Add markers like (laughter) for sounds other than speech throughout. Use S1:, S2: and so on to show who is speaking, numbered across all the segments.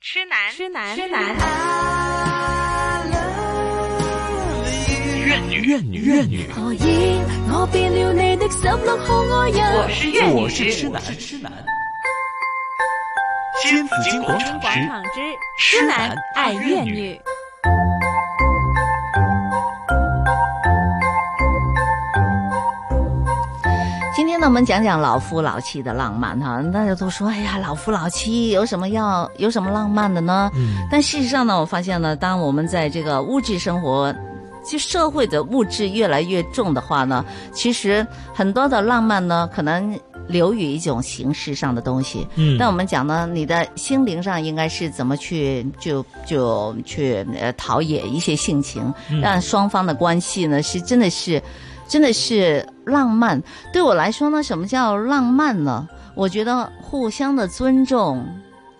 S1: 痴男，
S2: 痴男，
S1: 痴男。
S3: 怨女，怨女，怨女。
S4: 何以我變了你的十六號愛人？
S1: 我是怨女，
S3: 我是痴男，痴男。金紫荆广场
S2: 广
S3: 之
S2: 场之
S3: 痴
S2: 男
S3: 男
S2: 爱
S3: 爱
S2: 怨
S3: 怨
S2: 女
S3: 女。
S5: 今天呢，我们讲讲老夫老妻的浪漫哈。大家都说，哎呀，老夫老妻有什么要有什么浪漫的呢？
S3: 嗯，
S5: 但事实上呢，我发现呢，当我们在这个物质生活，其实社会的物质越来越重的话呢，其实很多的浪漫呢，可能流于一种形式上的东西。
S3: 嗯
S5: 那我们讲呢，你的心灵上应该是怎么去就就去呃陶冶一些性情，让双方的关系呢是真的是真的是浪漫。对我来说呢，什么叫浪漫呢？我觉得互相的尊重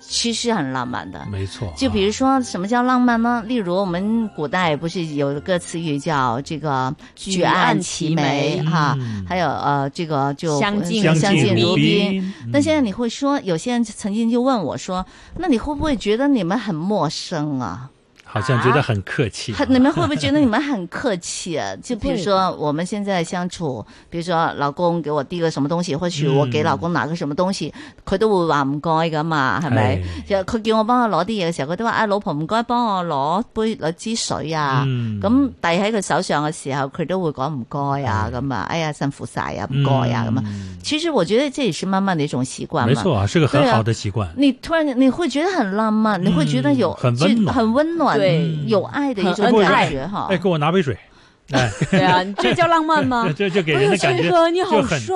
S5: 其实很浪漫的。
S3: 没错啊。
S5: 就比如说，什么叫浪漫呢？例如，我们古代不是有一个词语叫这个“举案齐眉”哈
S3: 嗯，
S5: 还有呃，这个就
S2: 相敬
S3: 相
S5: 相敬
S3: 敬
S5: 如宾。
S3: 宾，
S5: 但现在你会说，有些人曾经就问我说：“那你会不会觉得你们很陌生啊？
S3: 好像觉得很客气啊。 (laughs)
S5: 很你们会不会觉得你们很客气、啊？就比如
S2: 不会
S5: 说我们现在相处，比如说老公给我递个什么东西，或许我
S3: 嗯
S5: 给老公拿個什麼東西，佢、都會話唔該㗎嘛，係咪
S3: 係？
S5: 就佢叫我幫佢攞啲嘢嘅時候，佢都話：啊，老婆唔該，幫我攞杯攞支水啊。
S3: 嗯
S5: 咁遞喺佢手上嘅時候，佢都會講唔該啊，咁啊，哎呀辛苦晒啊，唔該啊，咁啊。
S3: 嗯
S5: 其實我覺得這也是慢慢的一種習慣嘛。
S3: 没错啊，是个很
S5: 对啊
S3: 好的习惯。
S5: 你突然你会觉得很浪漫，你会觉得有
S3: 嗯很温暖
S5: 就很温暖，
S2: 对
S5: 有爱的一种
S2: 很恩爱
S5: 感觉哈
S3: 哎，。给我拿杯水。哎，？
S2: 对啊，你这叫浪漫吗
S3: (laughs) 这就给
S2: 哎
S3: 人
S2: 呦，
S3: 的感
S2: 崔
S3: 觉
S2: 哥，你好
S3: 就很
S2: 帅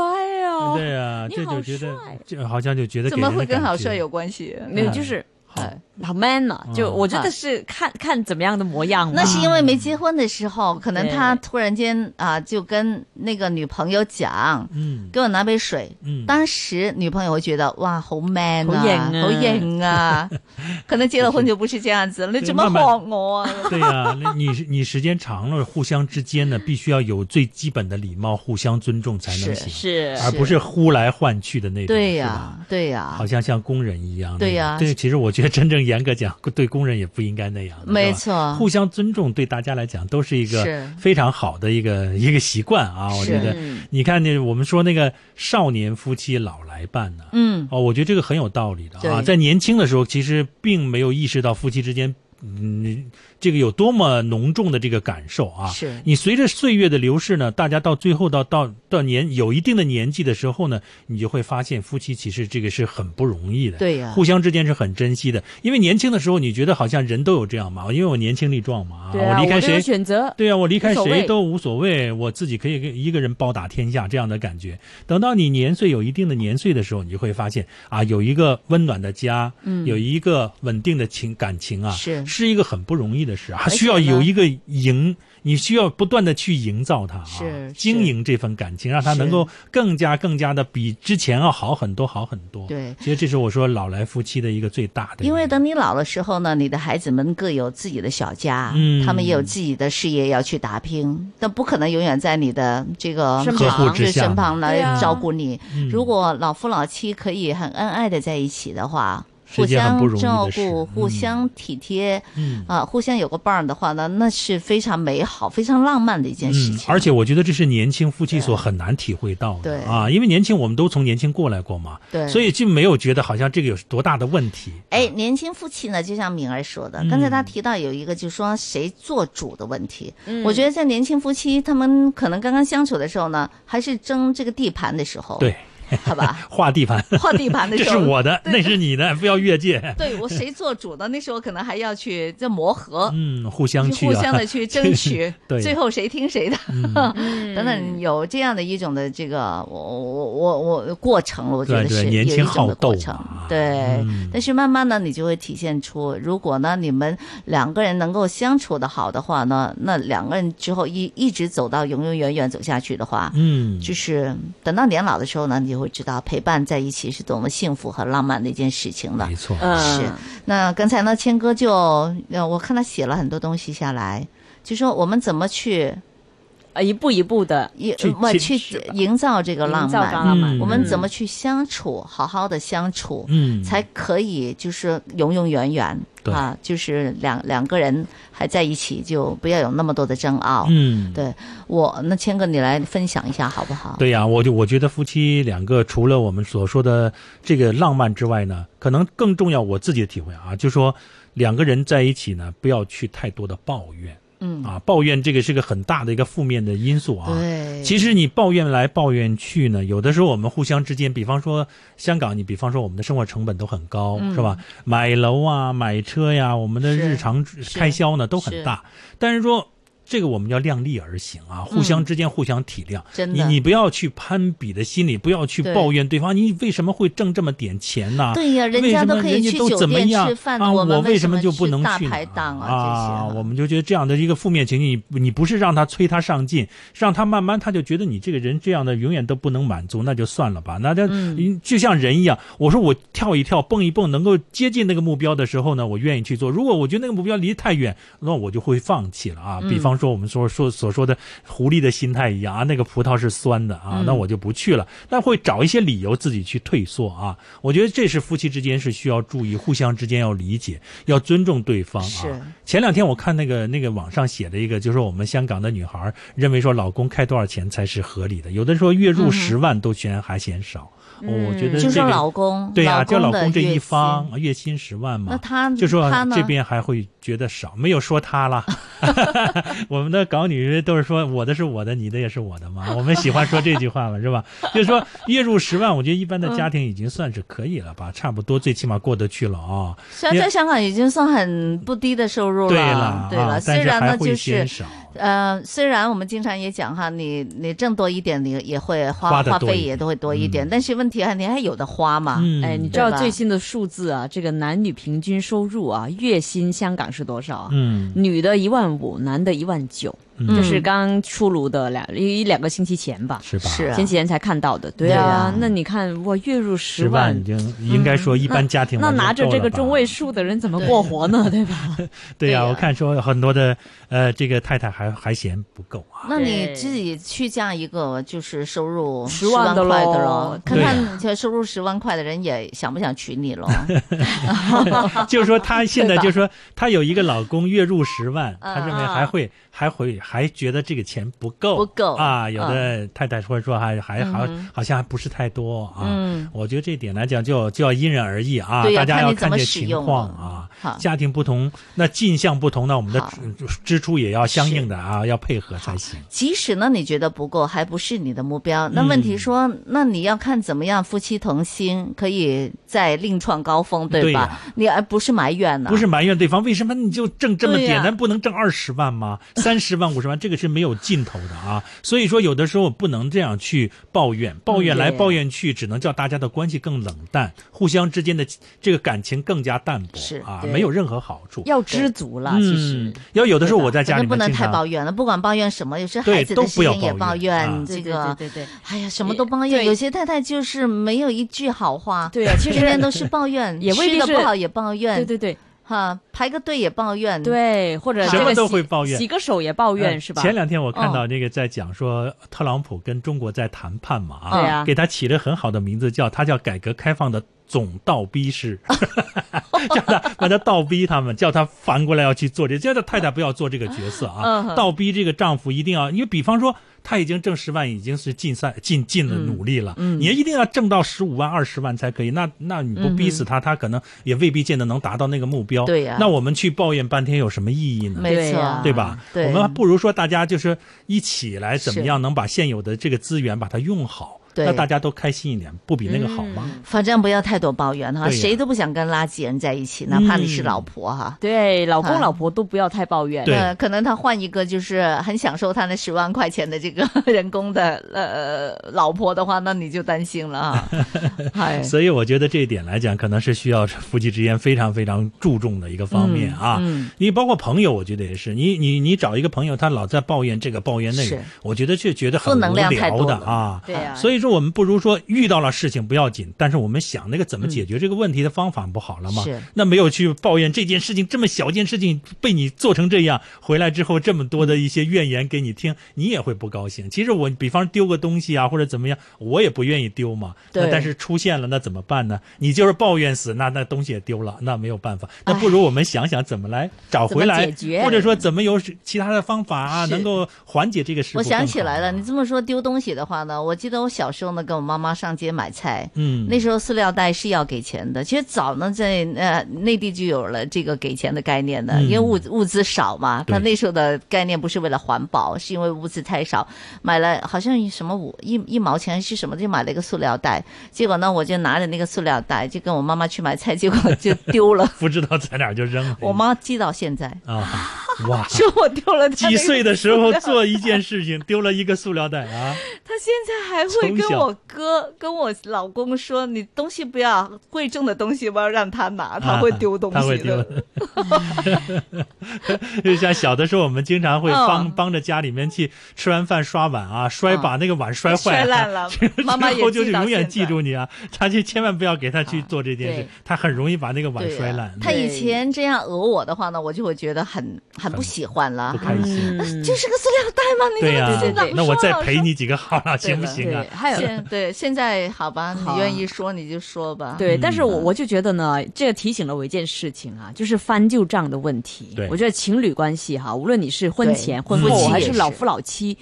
S2: 哦！
S3: 对啊，
S2: 你
S3: 这
S2: 好
S3: 就觉得
S2: 帅
S3: 就好像就觉得
S5: 怎
S3: 给
S5: 么
S3: 人
S5: 会
S3: 的
S5: 跟
S3: 感
S5: 好
S3: 觉
S5: 帅有关系？
S2: 没有，就是呃
S3: 好
S5: 哎
S2: 老 man 嘛，就
S3: 嗯
S2: 我真的是看看怎么样的模样嘛。
S5: 那是因为没结婚的时候，可能
S2: 对
S5: 他突然间啊，就跟那个女朋友讲，
S3: 嗯
S5: 给我拿杯水。
S3: 嗯，
S5: 当时女朋友会觉得哇，好 man
S2: 好型啊
S5: 好型啊！ (laughs) 可能结了婚就不是这样子，你怎么
S3: 慢慢
S5: 学我啊？
S3: (laughs) 对呀、那你你时间长了，互相之间呢，必须要有最基本的礼貌，互相尊重才能
S5: 是
S3: 行，
S2: 是
S3: 而不是呼来唤去的那种。
S5: 对
S3: 是
S5: 呀、
S3: 吧
S5: 对呀、
S3: 好像像工人一样那种。
S5: 对呀
S3: 对，其实我觉得真正严格讲，对工人也不应该那样。
S5: 没
S3: 啊是吧。
S5: 错，
S3: 互相尊重对大家来讲都是一个
S5: 是
S3: 非常好的一个一个习惯啊，
S2: 嗯
S3: 我觉
S5: 是
S3: 得。你看那我们说那个少年夫妻老来伴呢、
S5: 嗯，
S3: 哦，我觉得这个很有道理的啊。
S5: 对
S3: 在年轻的时候，其实并没有意识到夫妻之间，嗯，这个有多么浓重的这个感受啊。
S5: 是
S3: 你随着岁月的流逝呢，大家到最后到到到年有一定的年纪的时候呢，你就会发现夫妻其实这个是很不容易的。
S5: 对呀
S3: 互相之间是很珍惜的，因为年轻的时候你觉得好像人都有这样嘛，因为我年轻力壮嘛，
S2: 对啊，
S3: 离开
S2: 我都有
S3: 谁
S2: 选择？
S3: 对啊，我离开
S2: 无所
S3: 谁
S2: 谓
S3: 都无所谓，我自己可以跟一个人包打天下这样的感觉。等到你年岁有一定的年岁的时候，你就会发现啊，有一个温暖的家，嗯，有一个稳定的情感情啊，
S5: 是
S3: 是一个很不容易的事啊，
S5: 而且
S3: 需要
S5: 呢
S3: 有一个营，你需要不断的去营造它啊，
S5: 是
S3: 经营这份感情，让它
S5: 是
S3: 能够更加更加的比之前要好很多，好很多。
S5: 对
S3: 其实这是我说老来夫妻的一个最大的一个，
S5: 因为等你老的时候呢，你的孩子们各有自己的小家，
S3: 嗯
S5: 他们也有自己的事业要去打拼，但不可能永远在你的这个
S2: 身
S3: 呵护
S2: 旁
S3: 之
S5: 就
S3: 下
S5: 身
S3: 嘛，
S5: 旁
S2: 对
S5: 来
S2: 啊
S5: 照顾你。
S3: 嗯
S5: 如果老夫老妻可以很恩爱的在一起的话，
S3: 是
S5: 互
S3: 一件很
S5: 相
S3: 不容易的
S5: 照
S3: 事
S5: 顾、
S3: 嗯
S5: 互相体贴
S3: 嗯。
S5: 啊、互相有个伴儿的话呢，那是非常美好、非常浪漫的一件事
S3: 嗯
S5: 情，。
S3: 而且我觉得这是年轻夫妻所很难体会到的
S5: 对
S3: 啊，因为年轻我们都从年轻过来过嘛，
S5: 对，
S3: 所以就没有觉得好像这个有多大的问题。
S5: 哎，年轻夫妻呢，就像敏儿说
S3: 嗯
S5: 的，刚才她提到有一个，就是说谁做主的问题。
S3: 嗯
S2: 嗯
S5: 我觉得在年轻夫妻他们可能刚刚相处的时候呢，还是争这个地盘的时候，
S3: 啊对，，，
S5: 好吧
S3: (laughs) 画地盘，
S5: 画地盘的
S3: 这
S5: 时
S3: 是
S5: 候，
S3: 我的，那是你的，不要越
S5: (laughs)
S3: 界。
S5: 对我谁做主呢？那时候可能还要去这
S3: (laughs)
S5: 磨合，
S3: 嗯，互相去、
S5: 去
S3: 啊，，
S5: 互相的去争取
S3: 对
S5: 最后谁听谁的， (laughs)
S2: 嗯
S5: 等等，有这样的一种的这个我我我我过程，我觉
S3: 对
S5: 得
S3: 对
S5: 是
S3: 年
S5: 有
S3: 轻
S5: 一种
S3: 好
S5: 的
S3: 斗
S5: 过程
S3: 嘛，
S5: 对
S3: 嗯。
S5: 但是慢慢呢，你就会体现出，如果呢你们两个人能够相处的好的话呢，那两个人之后一一直走到永永远远走下去的话。
S3: 嗯，
S5: 就是等到年老的时候呢，你就会知道陪伴在一起是多么幸福和浪漫的一件事情了
S3: 没。错，
S2: 嗯
S5: 是，那刚才呢，谦哥就呃，我看他写了很多东西下来，就说我们怎么去
S2: 呃一步一步的
S5: 也
S3: 去
S5: 我
S3: 坚
S5: 去
S2: 持吧
S5: 营造这个浪
S2: 营造
S5: 漫，
S2: 浪漫，
S3: 嗯
S5: 我们怎么去相处，好好的相处，
S3: 嗯，
S5: 才可以就是永永远远
S3: 对
S5: 啊，就是两两个人还在一起，就不要有那么多的争拗。
S3: 嗯，
S5: 对我，那谦哥你来分享一下好不好？
S3: 对呀、我就我觉得夫妻两个除了我们所说的这个浪漫之外呢，可能更重要我自己的体会啊，就说两个人在一起呢，不要去太多的抱怨
S5: 嗯，
S3: 啊，抱怨这个是个很大的一个负面的因素啊。
S5: 对，
S3: 其实你抱怨来抱怨去呢，有的时候我们互相之间，比方说香港，你比方说我们的生活成本都很高，
S5: 嗯
S3: 是吧？买楼啊、买车呀、我们的
S5: 是
S3: 日常
S5: 是
S3: 开销呢都
S5: 是
S3: 很大。但是说这个我们要量力而行啊，
S5: 嗯
S3: 互相之间互相体谅。
S5: 真
S3: 你
S5: 的
S3: 你不要去攀比的心理，不要去
S5: 对
S3: 抱怨对方，你为什么会挣这么点钱呢、
S5: 对呀，
S3: 啊
S5: 人
S3: 为
S5: 家
S3: 什么
S5: 可
S3: 人
S5: 以
S3: 家
S5: 去
S3: 都
S5: 酒
S3: 怎么
S5: 店
S3: 样
S5: 吃饭，
S3: 啊？
S5: 们
S3: 为
S5: 为
S3: 什
S5: 么
S3: 就不能
S5: 吃大
S3: 去呢
S5: 排档
S3: 啊？
S5: 这些
S3: 我
S5: 啊？
S3: 们就觉得这样的一个负面情绪，你你不是让他催他上进，让他慢慢他就觉得你这个人这样的永远都不能满足，那就算了吧。那就、
S5: 嗯
S3: 就像人一样，我说我跳一跳、蹦一蹦，能够接近那个目标的时候呢，我愿意去做。如果我觉得那个目标离太远，那我就会放弃了啊。
S5: 嗯
S3: 比方说我们说说所说的狐狸的心态一样啊，那个葡萄是酸的啊，
S5: 嗯
S3: 那我就不去了。但会找一些理由自己去退缩啊。我觉得这是夫妻之间是需要注意，互相之间要理解，要尊重对方啊。
S5: 是
S3: 前两天我看那个那个网上写的一个，就是我们香港的女孩认为说老公开多少钱才是合理的，有的时候月入十万都嫌还嫌少。哦
S2: 嗯
S3: 我觉得
S5: 嗯就
S3: 这
S5: 说
S3: 个
S5: 老公，
S3: 对呀、啊
S5: 老
S3: 叫老
S5: 的
S3: 公这
S5: 月
S3: 一
S5: 薪
S3: 方，啊月薪十万
S5: 那
S3: 嘛。
S5: 他
S3: 就说
S5: 嗯他呢
S3: 这边还会觉得少，没有说他啦。 (laughs) 我们的港女都是说我的是我的，你的也是我的嘛。我们喜欢说这句话嘛，是吧？就是说月入十万，我觉得一般的家庭已经算是可以了吧，差不多最起码过得去了啊、
S5: 虽然
S3: 因为
S5: 在香港已经算很不低的收入了，
S3: 对
S5: 了，对
S3: 啊，
S5: 虽
S3: 但是
S5: 然
S3: 还
S5: 呢，就
S3: 会
S5: 是
S3: 嫌少。
S5: 呃，虽然我们经常也讲哈，你你挣多一点，你也会花
S3: 花得多
S5: 费
S3: 一
S5: 也
S3: 点
S5: 都会多一点，但是问题啊还你还有的花嘛。
S3: 嗯，
S2: 哎，你知
S5: 对
S2: 道
S5: 吧
S2: 最新的数字啊？这个男女平均收入啊，月薪香港是多少啊？
S3: 嗯
S2: 女的一万五，男的一万九，
S3: 嗯
S2: 就是刚出炉的两一一两个星期前吧，
S3: 是吧？
S5: 是啊
S2: 前几天才看到的。对
S5: 对
S2: 啊
S5: 啊，
S2: 那你看哇，月入十
S3: 十万已
S2: 万，
S3: 经应该说一般家庭
S2: 那
S3: 完全
S2: 拿着
S3: 够
S2: 这
S3: 了
S2: 个
S3: 吧
S2: 中位数的人怎么过活呢？对
S3: (laughs)
S2: 吧？
S3: 对呀、
S5: 对呀
S3: 我看说很多的呃，这个太太还还嫌不够啊。
S5: 那你
S2: 对
S5: 自己去这样一个就是收入
S2: 10
S5: 万
S2: 万的
S5: 块的
S2: 咯
S5: 咯，看
S3: 对
S5: 看这收入十万块的人也想不想娶你
S3: (laughs)
S5: 咯？
S3: 啊
S5: (laughs)
S3: 就是说她现在就是说她有一个老公月入十
S5: (laughs)
S3: 万，
S5: 嗯
S3: 她认为还会还会还觉得这个钱不够
S5: 不够
S3: 啊。有的太太会说还还好
S5: 嗯
S3: 好像还不是太多啊。
S5: 嗯，
S3: 我觉得这一点来讲就就要因人而异啊，
S5: 对呀
S3: 大家
S5: 看
S3: 要
S5: 你怎
S3: 看
S5: 么
S3: 这
S5: 使
S3: 情
S5: 用
S3: 况
S5: 了
S3: 啊。
S5: 好，
S3: 家庭不同，那进项不同，那我们的
S5: 好
S3: 支支出也要相应的啊，要配合才行。
S5: 即使呢你觉得不够，还不是你的目标，那
S3: 嗯
S5: 问题说，那你要看怎么样夫妻同心，可以再另创高峰，
S3: 对
S5: 吧？
S3: 呀
S5: 你而不是埋怨呢、
S3: 不是埋怨对方，为什么你就挣这么
S5: 对
S3: 点，
S5: 呀
S3: 咱不能挣二十万
S5: (laughs)
S3: 吗？三十万、五十万，这个是没有尽头的啊。所以说，有的时候不能这样去抱怨，抱怨来
S5: 嗯
S2: 对
S3: 抱怨去，只能叫大家的关系更冷淡，互相之间的这个感情更加淡薄，
S5: 是
S3: 啊，
S2: 对
S3: 没有任何好处。
S2: 要知足了，其实
S3: 嗯，要有的时候我在家
S5: 反
S3: 里
S5: 正不
S3: 面
S5: 能
S3: 经
S5: 太
S3: 常
S5: 抱怨了，不管抱怨什么，有时
S3: 对
S5: 孩子
S3: 都
S5: 的
S3: 不
S5: 事
S3: 要
S5: 情也
S3: 抱
S5: 抱
S3: 怨
S5: 怨，
S3: 啊
S5: 这
S2: 对
S5: 个
S2: 对对对对
S5: 哎呀什么都抱
S2: 对
S5: 怨。有些太太就是没有一句好话，
S2: 对啊，其
S5: 天天
S2: 实
S5: 都是抱怨，
S2: (laughs) 也未必
S5: 吃的
S2: 是
S5: 不好也抱
S2: 对
S5: 怨，
S2: 对对
S5: 哈，排个队也抱怨，，
S2: 对，或者
S5: 什
S2: 这个
S3: 嗯么都
S2: 洗
S3: 会抱怨
S2: 洗个手也抱
S3: 呃
S2: 怨是吧？嗯
S3: 前两天我看到那个在讲说特朗普跟中国在谈判嘛啊，
S2: 对啊
S3: 给他起了很好的名字叫他叫改革开放的总倒
S2: (laughs)
S3: 逼式，叫他把他倒逼他们，叫他反过来要去做这，叫他太太不要做这个角色啊，
S2: 嗯
S3: 倒逼这个丈夫一定要，因为比方说。他已经挣十万，已经是尽赛尽尽了
S2: 嗯
S3: 努力了。
S2: 嗯
S3: 你一定要挣到十五万、二十万才可以。那那你不逼死他，他可能也未必见得能达到那个目标。
S5: 对呀
S3: 那我们去抱怨半天有什么意义呢？
S5: 没
S2: 对
S5: 错
S2: 呀，
S3: 对吧？
S5: 啊对
S3: 我们不如说大家就是一起来怎么
S5: 是
S3: 样能把现有的这个资源把它用好，
S5: 对嗯
S3: 那大家都开心一点，不比那个好吗？
S5: 反正不要太多抱怨哈，
S3: 对呀
S5: 谁都不想跟垃圾人在一起，哪怕你是
S3: 嗯
S5: 老婆哈。
S2: 对，老公
S5: 啊
S2: 老婆都不要太抱怨。
S3: 对
S5: 呃，可能他换一个就是很享受他那十万块钱的这个人工的呃老婆的话，那你就担心
S3: (laughs)
S5: 了啊。哎，
S3: 所以我觉得这一点来讲，可能是需要夫妻之间非常非常注重的一个方面啊。
S5: 嗯
S3: 你包括朋友，我觉得也是。你你你找一个朋友，他老在抱怨这个抱怨那个
S5: 是，
S3: 我觉得是觉得
S5: 负
S3: 很
S5: 能
S3: 无
S5: 量太
S3: 聊
S5: 多
S3: 的
S5: 了
S3: 啊。
S5: 哎
S2: 对啊，
S3: 所以实我们不如说遇到了事情不要紧，但是我们想那个怎么解决这个问题的方法不好了吗？
S5: 嗯是
S3: 那没有去抱怨这件事情这么小件事情被你做成这样，回来之后这么多的一些怨言给你听，你也会不高兴。其实我比方丢个东西啊或者怎么样，我也不愿意丢嘛。
S5: 对
S3: 那但是出现了那怎么办呢？你就是抱怨死，那那东西也丢了，那没有办法。那不如我们想想怎么来找回
S2: 怎么
S3: 来
S2: 解决，
S3: 或者说怎么有其他的方法啊，
S5: 是
S3: 能够缓解这个事故
S5: 我
S3: 更好啊。
S5: 想起来了，你这么说丢东西的话呢，我记得我小时候呢，跟我妈妈上街买菜，
S3: 嗯，
S5: 那时候塑料袋是要给钱的。其实早呢，在呃内地就有了这个给钱的概念的，
S3: 嗯
S5: 因为物物资少嘛。
S3: 对。
S5: 他那时候的概念不是为了环保，是因为物资太少，买了好像什么五一一毛钱还是什么，就买了一个塑料袋。结果呢，我就拿着那个塑料袋，就跟我妈妈去买菜，结果就丢了
S3: (laughs) 不知道在哪儿就扔了。
S5: 我妈记到现在，，
S3: 啊，哇
S5: (laughs) 说我丢了她那
S3: 几
S5: 个
S3: 岁的时候
S5: 塑料
S3: 做一件事情，丢了一个塑料袋啊，
S5: 他现在还会
S3: 从
S5: 跟
S3: 小
S5: 我哥、跟我老公说：“你东西不要贵重的东西，不要让他
S3: (laughs)
S5: 拿， (laughs) 他会丢东
S3: 他会
S5: 西
S3: 丢
S5: 的。。
S3: (laughs) 就像小的时候，我们经常会
S5: 嗯
S3: 帮帮着家里面去吃完饭刷碗啊，摔把那个碗摔坏
S5: 摔烂
S3: (laughs)
S5: 了妈妈也
S3: 之后就
S5: 记
S3: 是
S5: 到
S3: 永远
S5: 现
S3: 记
S5: 在
S3: 住你啊，他就千万不要给他去
S5: 啊
S3: 做这件事
S5: 对，
S3: 他很容易把那个碗
S5: 对啊
S3: 摔烂。
S5: 他以
S2: 对
S5: 前这样讹我的话呢，我就会觉得很很不喜欢了
S3: 不。开心， (laughs)
S2: 嗯
S5: 就是个塑料袋吗？你
S3: 对
S5: 怎么
S3: 呀
S5: 自
S2: 对
S5: 己老
S2: 对
S5: 说，
S3: 那我再赔
S5: 老说。
S3: 你几个好了，行不
S5: 对
S3: 行啊
S2: 对？，还有
S5: 现对现在好吧，
S2: 好啊
S5: 你愿意说你就说吧。
S2: 对，但是我
S5: 嗯
S2: 我就觉得呢，这个提醒了我一件事情啊，就是翻旧账的问题。
S3: 对
S2: 我觉得情侣关系哈，无论你是婚前、婚
S3: 嗯夫
S2: 后
S3: 妻
S2: 还
S3: 也
S2: 是
S5: 是
S2: 老夫老妻，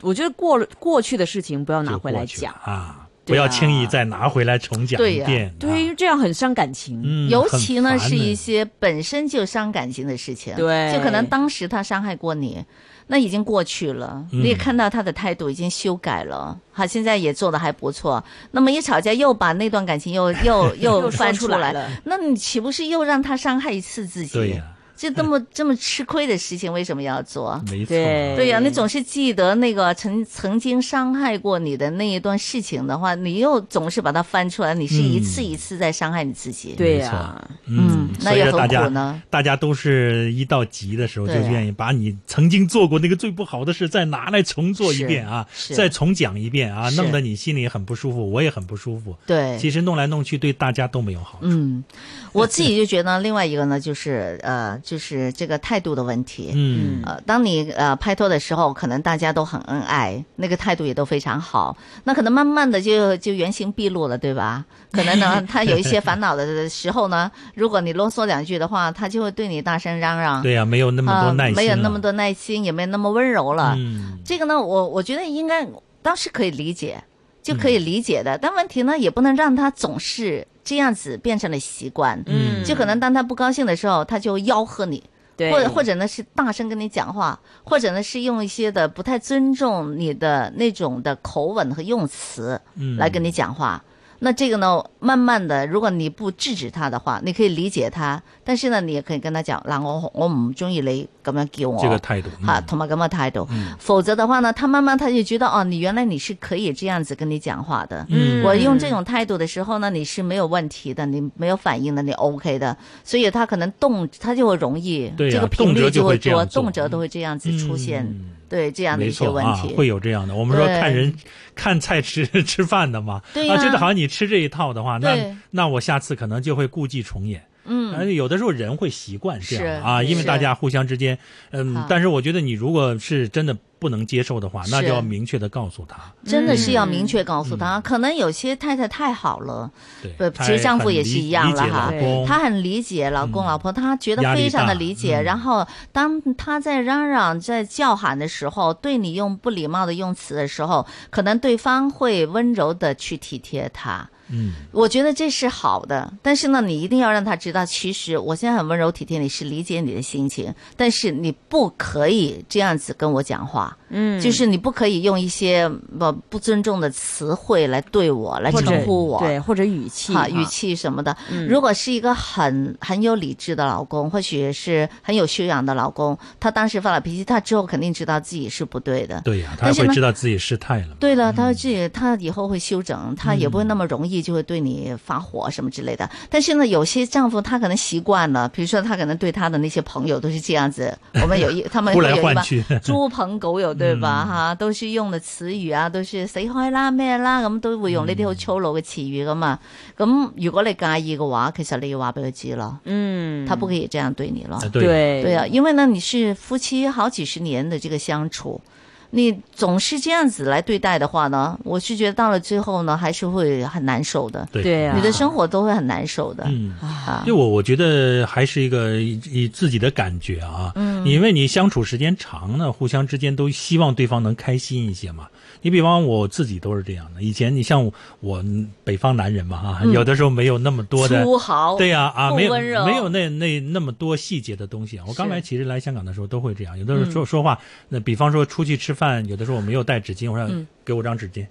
S2: 我觉得过了过去的事情不要拿
S3: 就
S2: 回
S3: 过
S2: 来
S3: 去了
S2: 讲，
S3: 啊，不
S2: 对
S3: 要
S2: 啊
S3: 轻易再拿回来重讲
S5: 对
S3: 一
S5: 呀
S3: 遍。
S2: 对，因
S3: 啊，
S2: 为这样很伤感情。
S3: 嗯，
S5: 尤
S3: 很
S5: 其呢
S3: 烦
S5: 是
S3: 的
S5: 一些本身就伤感情的事情，
S2: 对
S5: 就可能当时他伤害过你，那已经过去了，
S3: 嗯
S5: 你也看到他的态度已经修改了，好，现在也做的还不错。那么一吵架又把那段感情又又
S2: (laughs) 又说
S5: 翻
S2: 出来
S5: 来
S2: 了，
S5: 那你岂不是又让他伤害一次自己？
S3: 对呀，
S5: 就这
S3: (laughs)
S5: 么这么吃亏的事情，为什么要做？
S3: 没错啊，
S2: 对
S5: 对呀、你总是记得那个曾曾经伤害过你的那一段事情的话，你又总是把它翻出来，你是一次
S3: 嗯
S5: 一次在伤害你自己。
S2: 对
S3: 没
S2: 呀、
S3: 错
S5: 嗯
S3: 嗯，，
S5: 那
S3: 所以
S5: 也
S3: 说大
S5: 很
S3: 家
S5: 苦呢。
S3: 大家都是一到急的时候就
S5: 对啊
S3: 愿意把你曾经做过那个最不好的事再拿来重做一遍啊，
S5: 是是
S3: 再重讲一遍啊，
S5: 是
S3: 弄得你心里也很不舒服，我也很不舒服。
S5: 对，
S3: 其实弄来弄去对大家都没有好处。
S5: 嗯，我自己就觉得另外一个呢，就是呃，就是这个态度的问题。
S3: 嗯，
S5: 呃，当你呃拍拖的时候，可能大家都很恩爱，那个态度也都非常好。那可能慢慢的就就原形毕露了，对吧？可
S3: (laughs)
S5: 能呢，他有一些烦恼的呃时候呢，如果你啰嗦两句的话，他就会对你大声嚷嚷，
S3: 对呀，没有那么
S5: 啊
S3: 多耐心，
S5: 没有那么，多耐心，也没有那么温柔了。
S3: 嗯，
S5: 这个呢，我我觉得应该当时可以理解，就可
S3: 嗯
S5: 以理解的。但问题呢，也不能让他总是这样子变成了习惯。
S3: 嗯
S5: 就可能当他不高兴的时候，他就吆喝你，
S2: 对，
S5: 或者或者呢是大声跟你讲话，或者呢是用一些的不太尊重你的那种的口吻和用词
S3: 嗯
S5: 来跟你讲话。那这个呢，慢慢的，如果你不制止他的话，你可以理解他，但是呢，你也可以跟他讲，嗱，我我唔中意你咁样叫我。
S3: 这个态度，
S5: 吓，
S3: 嗯
S5: 同埋咁嘅態度。
S3: 嗯
S5: 否則的話呢，他慢慢他就覺得哦，你原來你是可以這樣子跟你講話的。
S2: 嗯
S5: 我用這種態度的時候呢，你是沒有問題的，你沒有反應的，你 OK 的，所以他可能動，他就會容易，
S3: 对啊
S5: 这個頻率
S3: 動
S5: 就
S3: 輒就會這樣
S5: 多，
S3: 做
S5: 動輒都會這樣子出現，
S3: 嗯
S5: 对這樣的
S3: 没
S5: 一些
S3: 错
S5: 問題。
S3: 啊，会有这样的。我们说
S5: 对
S3: 看人看菜吃 (laughs) 吃饭的嘛，
S5: 对
S3: 啊，
S5: 呀
S3: 觉得好像你吃这一套的话，那
S5: 对
S3: 那我下次可能就会故伎重演。而
S5: 嗯，
S3: 且有的时候人会习惯这样
S5: 是
S3: 啊，因为
S5: 是
S3: 大家互相之间，嗯
S5: 好，
S3: 但是我觉得你如果是真的不能接受的话，那
S5: 是
S3: 就要明确的告诉他。
S5: 真的是要
S2: 嗯
S5: 明確告訴他，可能有些太太太好了，
S3: 对，
S5: 不
S3: 他
S5: 其实丈夫
S3: 很
S5: 也是
S3: 理
S5: 一样
S3: 理解
S5: 了哈
S3: 老公
S5: 她很理解老公
S3: 哦嗯
S5: 老婆，她觉得
S3: 压力
S5: 非常的
S3: 大
S5: 理解。
S3: 嗯
S5: 然后当她在嚷嚷、在叫喊的时候，对你用不礼貌的用词的时候，可能对方会温柔的去体贴她。
S3: 嗯，
S5: 我觉得这是好的，但是呢，你一定要让他知道，其实我现在很温柔体贴你，是理解你的心情，但是你不可以这样子跟我讲话，
S2: 嗯，
S5: 就是你不可以用一些不不尊重的词汇来对我，来
S2: 或者
S5: 称呼我。
S2: 对，或者语气
S5: 哈
S2: 哈
S5: 语气什么的。
S2: 嗯
S5: 如果是一个很很有理智的老公，或许是很有修养的老公，他当时发了脾气，他之后肯定知道自己是不对的。
S3: 对呀，他
S5: 但是
S3: 会
S5: 呢
S3: 知道自己失态了嘛。嗯
S5: 对了，他会自己，他以后会修整，他也不会那么容易意就会对你发火什么之类的。但是呢，有些丈夫他可能习惯了，比如说他可能对他的那些朋友都是这样子。
S3: (laughs)
S5: 我们有一他们
S3: 呼
S5: 会
S3: 来
S5: 有一
S3: 唤
S5: 帮 (laughs)
S3: 去， (laughs)
S5: 猪朋狗友對吧？
S3: 嗯
S5: 吓、都是用嘅詞語啊，都是死開啦咩啦，咁都會用呢啲好粗魯嘅詞語噶嘛。咁、如果你介意嘅話，其實你要話俾佢知咯，
S2: 嗯，
S5: 他不可以這樣對你咯。
S3: 哎对，
S2: 对
S5: 對啊，因為呢，你是夫妻好幾十年的這個相處，你總是這樣子來對待的話呢，我是覺得到了最後呢，還是會很難受的，
S3: 对
S2: 对啊
S5: 你的生活都會很難受的。
S3: 嗯。
S5: 啊
S3: 因为，我我觉得还是一个以以自己的感觉啊，嗯，因为你相处时间长呢，互相之间都希望对方能开心一些嘛。你比方我自己都是这样的，以前你像我我北方男人嘛啊，有的时候没有那么多的。
S5: 嗯粗豪，
S3: 对呀、啊，
S5: 不
S3: 没有
S5: 温柔
S3: 没有那那那么多细节的东西啊。我刚
S5: 是嗯
S3: 来其实来香港的时候都会这样，有的时候说、说话，那比方说出去吃饭，有的时候我没有带纸巾，我说、
S5: 嗯
S3: 给我张纸巾，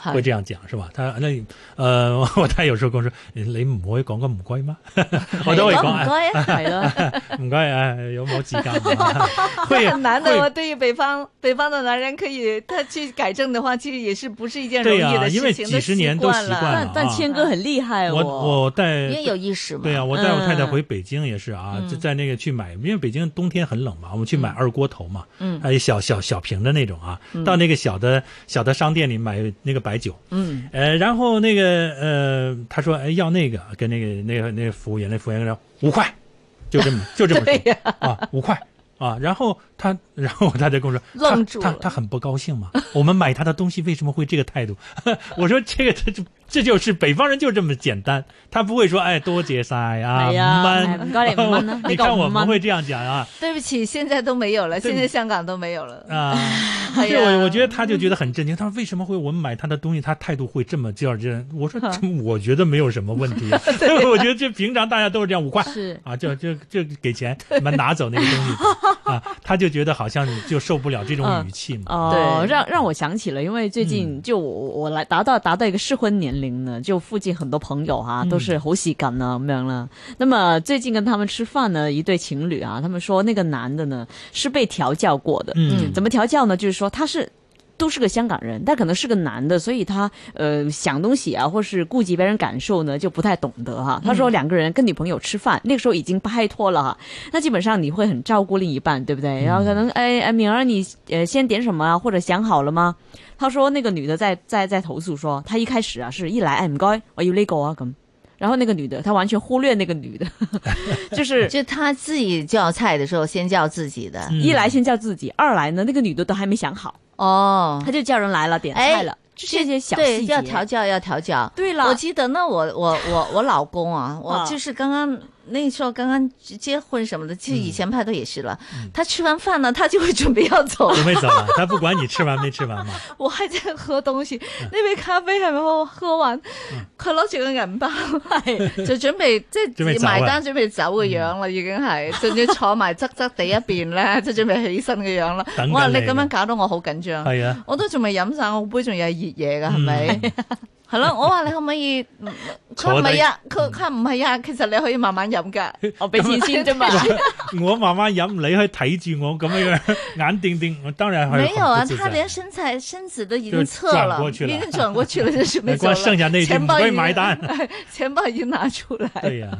S5: 係
S3: 会
S1: 啊
S3: 这样讲是吧？他那呃， (laughs) 我太有时候跟我說你你唔可以講個唔該嗎？ (laughs) 我都會
S5: 係
S3: 講
S5: 咯唔
S3: 哎
S5: 該啊。
S2: 系咯，
S3: 唔該啊，有冇時間啊？會
S1: 很难的。
S3: 会
S1: 我对于北方北方的男人，可以他去改正的话，其实也是不是一件容
S3: 对
S1: 易
S3: 呀，
S1: 的
S3: 因为
S1: 事情，
S3: 几十年都习
S1: 习
S3: 惯
S1: 了。
S3: 了
S2: 但但
S3: 啊。
S2: 谦哥很厉害哦，
S3: 我我带
S5: 因为有意识嘛。
S3: 对啊，我带我太太
S2: 嗯
S3: 回北京也是啊，就在那个去买，因为北京冬天很冷嘛，我们去买二锅头嘛，
S5: 嗯
S3: 还有小小小瓶的那种啊，到那个小的小的商店里买那个白酒，
S5: 嗯，
S3: 呃，然后那个呃，他说哎要那个，跟那个那个那个服务员，那服务员说五块，就这么就这么说啊，五块。啊，然后他，然后他就跟我说，他
S1: 愣住
S3: 他
S1: 了
S3: 他很不高兴嘛。我们买他的东西为什么会这个态度？ (laughs) 我说这个这就这就是北方人就这么简单，他不会说哎多解晒啊，
S2: 係啊
S3: 慢
S2: 哎唔該你
S3: (laughs)
S2: 唔慢啊
S3: 你
S2: 呢個
S3: 看我
S2: 唔
S3: 们
S2: 慢
S3: 会这样讲啊
S1: 对不起，现在都没有了，
S3: 对
S1: 现在香港都没有了。
S3: 啊。
S1: 哎
S3: (laughs)
S1: 呀
S3: 对，我我觉得他就觉得很震惊，他说为什么会我们买他的东西，他态度会这么这样这样？我说这我觉得没有什么问题啊， (laughs) 我觉得这平常大家都是这样五块。
S2: 是
S3: 啊，就就就给钱，你们拿走那个东西啊，他就觉得好像你就受不了这种语气嘛。
S2: 哦，
S1: 对
S2: 让让我想起了，因为最近
S3: 嗯
S2: 就我我来达到达到一个适婚年龄呢，就附近很多朋友哈、
S3: 嗯
S2: 都是好喜感啊咁样啦。那么最近跟他们吃饭呢，一对情侣啊，他们说那个男的呢是被调教过的，
S3: 嗯，
S2: 怎么调教呢？就是说他是。都是个香港人，但可能是个男的，所以他呃想东西啊，或是顾及别人感受呢，就不太懂得哈。他说两个人跟女朋友吃饭，那个时候已经拍拖了哈，那基本上你会很照顾另一半，对不对？然后可能哎哎敏儿你呃先点什么啊，或者想好了吗？他说那个女的在在在投诉说，他一开始啊是一来哎唔该，我要呢个啊咁，然后那个女的她完全忽略那个女的， (laughs) 就是
S5: 就他自己叫菜的时候，先叫自己的。
S3: 嗯
S2: 一来先叫自己，二来呢那个女的都还没想好。
S5: 哦，
S2: 他就叫人来了，点菜了，就嗯哎这些小
S5: 对
S2: 细节
S5: 要调教，要调教。
S2: 对了
S5: 我记得呢，我我我我老公
S2: 啊
S5: 啊，我就是刚刚那时候刚刚结婚什么的，其
S3: 嗯
S5: 实以前派对也是了。他吃完饭呢，他就会准备要走，
S2: 啊
S5: (laughs)
S3: 准备走了，他不管你吃完没吃完嘛。
S1: 我还在喝东西，
S3: 嗯
S1: 那杯咖啡还没喝喝完，
S5: (laughs)
S1: 佢攞住個銀包，
S5: 就準備
S3: (laughs)
S5: 即
S3: 準備
S5: 係
S3: 走嗯啊
S5: 埋單，準備走嘅樣啦，已經係，仲要坐埋側側地一邊 (laughs) 咧，即係準備起身嘅樣啦
S3: 等緊。
S5: 我話你
S3: 你
S5: 咁樣搞到我好緊張。
S3: 係啊，
S5: 我都仲未飲晒，我杯仲有熱嘢
S3: 嗯
S5: 㗎，係咪？係咯，我話你可唔可以？嗯
S3: (laughs)
S5: 佢
S3: 坐
S5: 唔
S3: 低嗯
S5: 係啊，佢佢唔係啊，其實你可以慢慢飲㗎。
S2: 我俾錢 (laughs) 先啫嘛。
S3: 我慢慢饮，你去睇住我咁样眼定定，我当然还
S5: 沒有啊，
S3: 很不自
S5: 他
S3: 在
S5: 连身材身子都已
S3: 就
S5: 經側
S3: 轉
S5: 了，
S3: 過
S5: 已
S3: 去了
S5: 經轉過去了，就是沒走
S3: 光
S5: 了。
S3: 剩 (laughs) 下那一句
S5: 錢包
S3: 不會
S5: 已經
S3: 埋單，
S5: (laughs) 錢包已經拿出
S3: (laughs)
S5: 來。
S3: 对呀、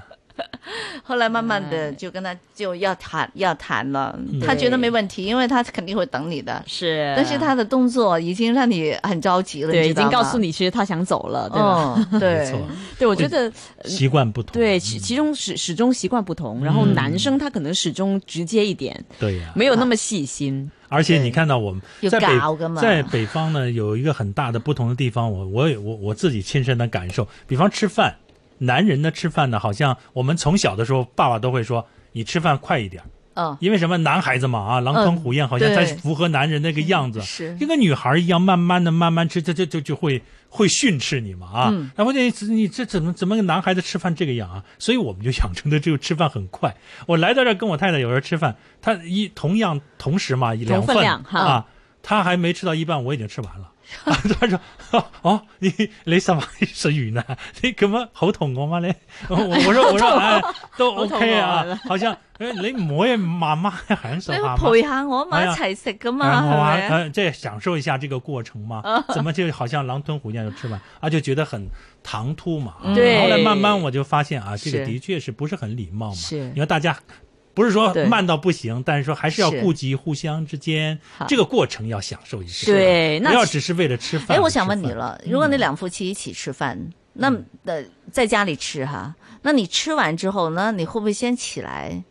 S5: 后来慢慢的
S2: 哎
S5: 就跟他就要谈要谈了，
S3: 嗯
S5: 他觉得没问题，因为他肯定会等你的。
S2: 是，
S5: 但是他的动作已经让你很着急了，
S2: 对
S5: 你
S2: 已
S5: 知道
S2: 经
S5: 吗
S2: 告诉，你，其实他想走了，对吧？
S5: 哦，
S3: 没
S5: 对，
S3: 错，
S2: 对，我觉得
S3: 习惯不同。
S2: 对，其其中始始终习惯不同，然后男生他可能始终直接一点，
S3: 对呀、
S2: 没有那么细心。
S3: 而且你看到我们
S5: 有
S3: 在
S5: 搞噶
S3: 北
S5: 嘛
S3: 在北方呢，有一个很大的不同的地方，我我也我我自己亲身的感受，比方吃饭，男人呢吃饭呢，好像我们从小的时候，爸爸都会说你吃饭快一点，
S5: 嗯，
S3: 因为什么男孩子嘛啊，狼吞虎咽，好像
S5: 对
S3: 才符合男人那个样子。
S5: 是
S3: 就跟女孩一样，慢慢的、慢慢吃，这这就就会会训斥你嘛啊！
S2: 嗯
S3: 然后这你这怎么怎么个男孩子吃饭这个样啊？所以我们就养成的这个吃饭很快。我来到这儿跟我太太有时候吃饭，她一同样同时嘛，两
S2: 同分
S3: 份
S2: 量哈 (laughs)
S3: 啊，她还没吃到一半，我已经吃完了。啊他说：“哦，你你什麼術語啊？ (laughs) 你咁樣好同我嗎？你我我說我說唉，
S2: (laughs)
S3: 都
S2: 好肚餓
S3: OK
S2: 係
S3: 啊，好像誒你唔可以慢慢享受
S2: 哎
S5: 哎
S1: 你
S3: 下
S1: 要
S3: 嗎
S1: 陪下我嘛，
S3: 哎
S1: 一
S3: 呀
S1: 齊食噶
S3: 然后
S1: 嘛，
S5: (laughs)
S3: 啊，
S1: 係咪？
S3: 呃，这享受一下这个过程嘛，
S5: 嗯
S3: 怎么就好像狼吞虎咽就吃完 (laughs) 啊，就觉得很唐突嘛。啊
S2: 对
S3: 然后来慢慢我就发现啊，这个
S5: 嗯是
S3: 的确是不是很礼貌嘛。
S5: 是
S3: 你说大家不是说
S5: 对
S3: 慢到不行，但是说还是要
S5: 是
S3: 顾及互相之间
S5: 好
S3: 这个过程要享受一下，
S2: 对那
S3: 不要
S2: 其
S3: 只是为了吃饭。
S5: 哎，我想问你
S3: 吃饭，嗯
S5: 了，如果你两夫妻一起吃饭，那么呃在家里吃哈，那你吃完之后呢，你会不会先起来？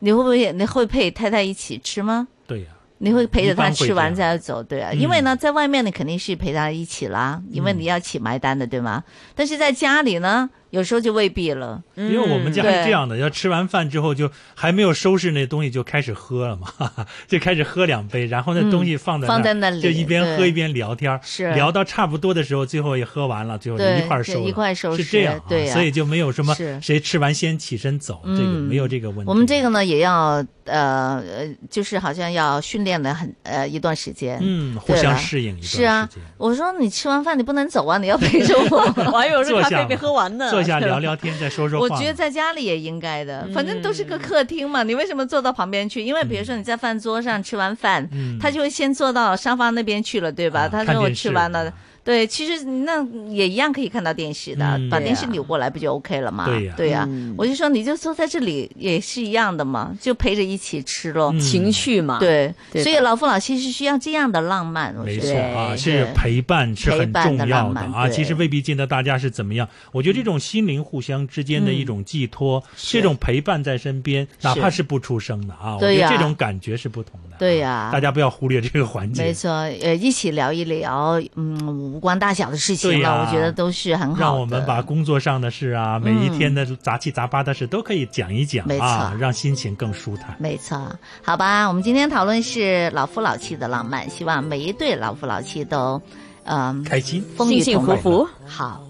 S5: 你会不会你会陪太太一起吃吗？
S3: 对呀，
S5: 你会陪着
S3: 一般
S5: 她
S3: 会
S5: 吃完
S3: 这样
S5: 再走，对啊，
S3: 嗯
S5: 因为呢，在外面你肯定是陪她一起啦，因为你要一起埋单的，对吗？但是在家里呢，有时候就未必了。
S2: 嗯
S3: 因为我们家
S5: 嗯对
S3: 是这样的，要吃完饭之后就还没有收拾那东西就开始喝了嘛，哈哈，就开始喝两杯，然后那东西放在
S5: 嗯放
S3: 那
S5: 在
S3: 儿
S5: 那里
S3: 就一边
S5: 对
S3: 喝一边聊天儿，
S5: 是
S3: 聊到差不多的时候，最后也喝完了，最后就
S5: 对
S3: 一块儿收
S5: 就
S3: 了，
S5: 一块儿收拾
S3: 是这样、啊，
S5: 对呀
S3: 所以就没有什么
S5: 是
S3: 谁吃完先起身走，
S5: 嗯
S3: 这个没有这个问题。
S5: 我们这个呢，也要呃呃，就是好像要训练了很呃一段时间。
S3: 嗯，互
S5: 对
S3: 相
S5: 了
S3: 适应一段时
S5: 是啊
S3: 间，
S5: 我说你吃完饭你不能走啊，你要陪着
S3: (laughs)
S5: 我。
S2: (laughs) 我还有这
S3: 坐
S2: 咖
S3: 下
S2: 啡
S3: 嘛
S2: 没喝完呢，
S3: 坐下聊聊天，再说说
S5: 我
S3: 话嘛。
S5: 觉得在家里也应该的，
S3: 嗯
S5: 反正都是个客厅嘛，你为什么坐到旁边去？因为比如说你在饭桌上吃完饭，
S3: 嗯
S5: 他就会先坐到沙发那边去了，对吧？
S3: 啊
S5: 他
S3: 看
S5: 说我
S3: 电
S5: 吃
S3: 视
S5: 完了
S3: 啊，
S5: 对，其实那也一样可以看到电视的，
S3: 嗯
S5: 把
S3: 对
S5: 电视
S2: 呀
S5: 扭过来不就 OK 了嘛？
S3: 对呀
S2: 嗯
S5: 我就说你就坐在这里也是一样的嘛，就陪着一起吃咯。
S3: 嗯
S2: 情绪嘛，
S5: 对，
S2: 啊对
S5: 所以老夫老妻是需要这样的浪漫，我
S3: 没
S5: 觉
S3: 错
S5: 得。
S3: 啊，
S2: 对
S3: 是陪伴是很重
S5: 陪伴的
S3: 要
S5: 浪
S3: 的
S5: 漫
S3: 啊。
S5: 对嗯
S3: 其实未必见得大家是怎么样，我觉得这种心灵互相之间的一种寄托，这种陪伴在身边，哪怕是不出声的啊，我
S5: 对
S3: 觉得
S5: 呀
S3: 这种感觉是不同的啊。
S5: 对呀
S3: 大家不要忽略这个环节。
S5: 没错，呃，一起聊一聊，嗯，无关大小的事情
S3: 对
S5: 了，
S3: 呀
S5: 我觉得都是很好的。嗯
S3: 让我们把工作上的事啊，每一天的杂七杂八的事都可以讲一讲
S5: 没
S3: 啊
S5: 错，
S3: 让心情更舒坦。
S5: 没错，好吧，我们今天讨论是老夫老妻的浪漫，希望每一对老夫老妻都，嗯、
S3: 开心，
S5: 风雨
S2: 幸幸
S5: 同
S2: 福
S5: 路。
S2: 福。
S5: 好，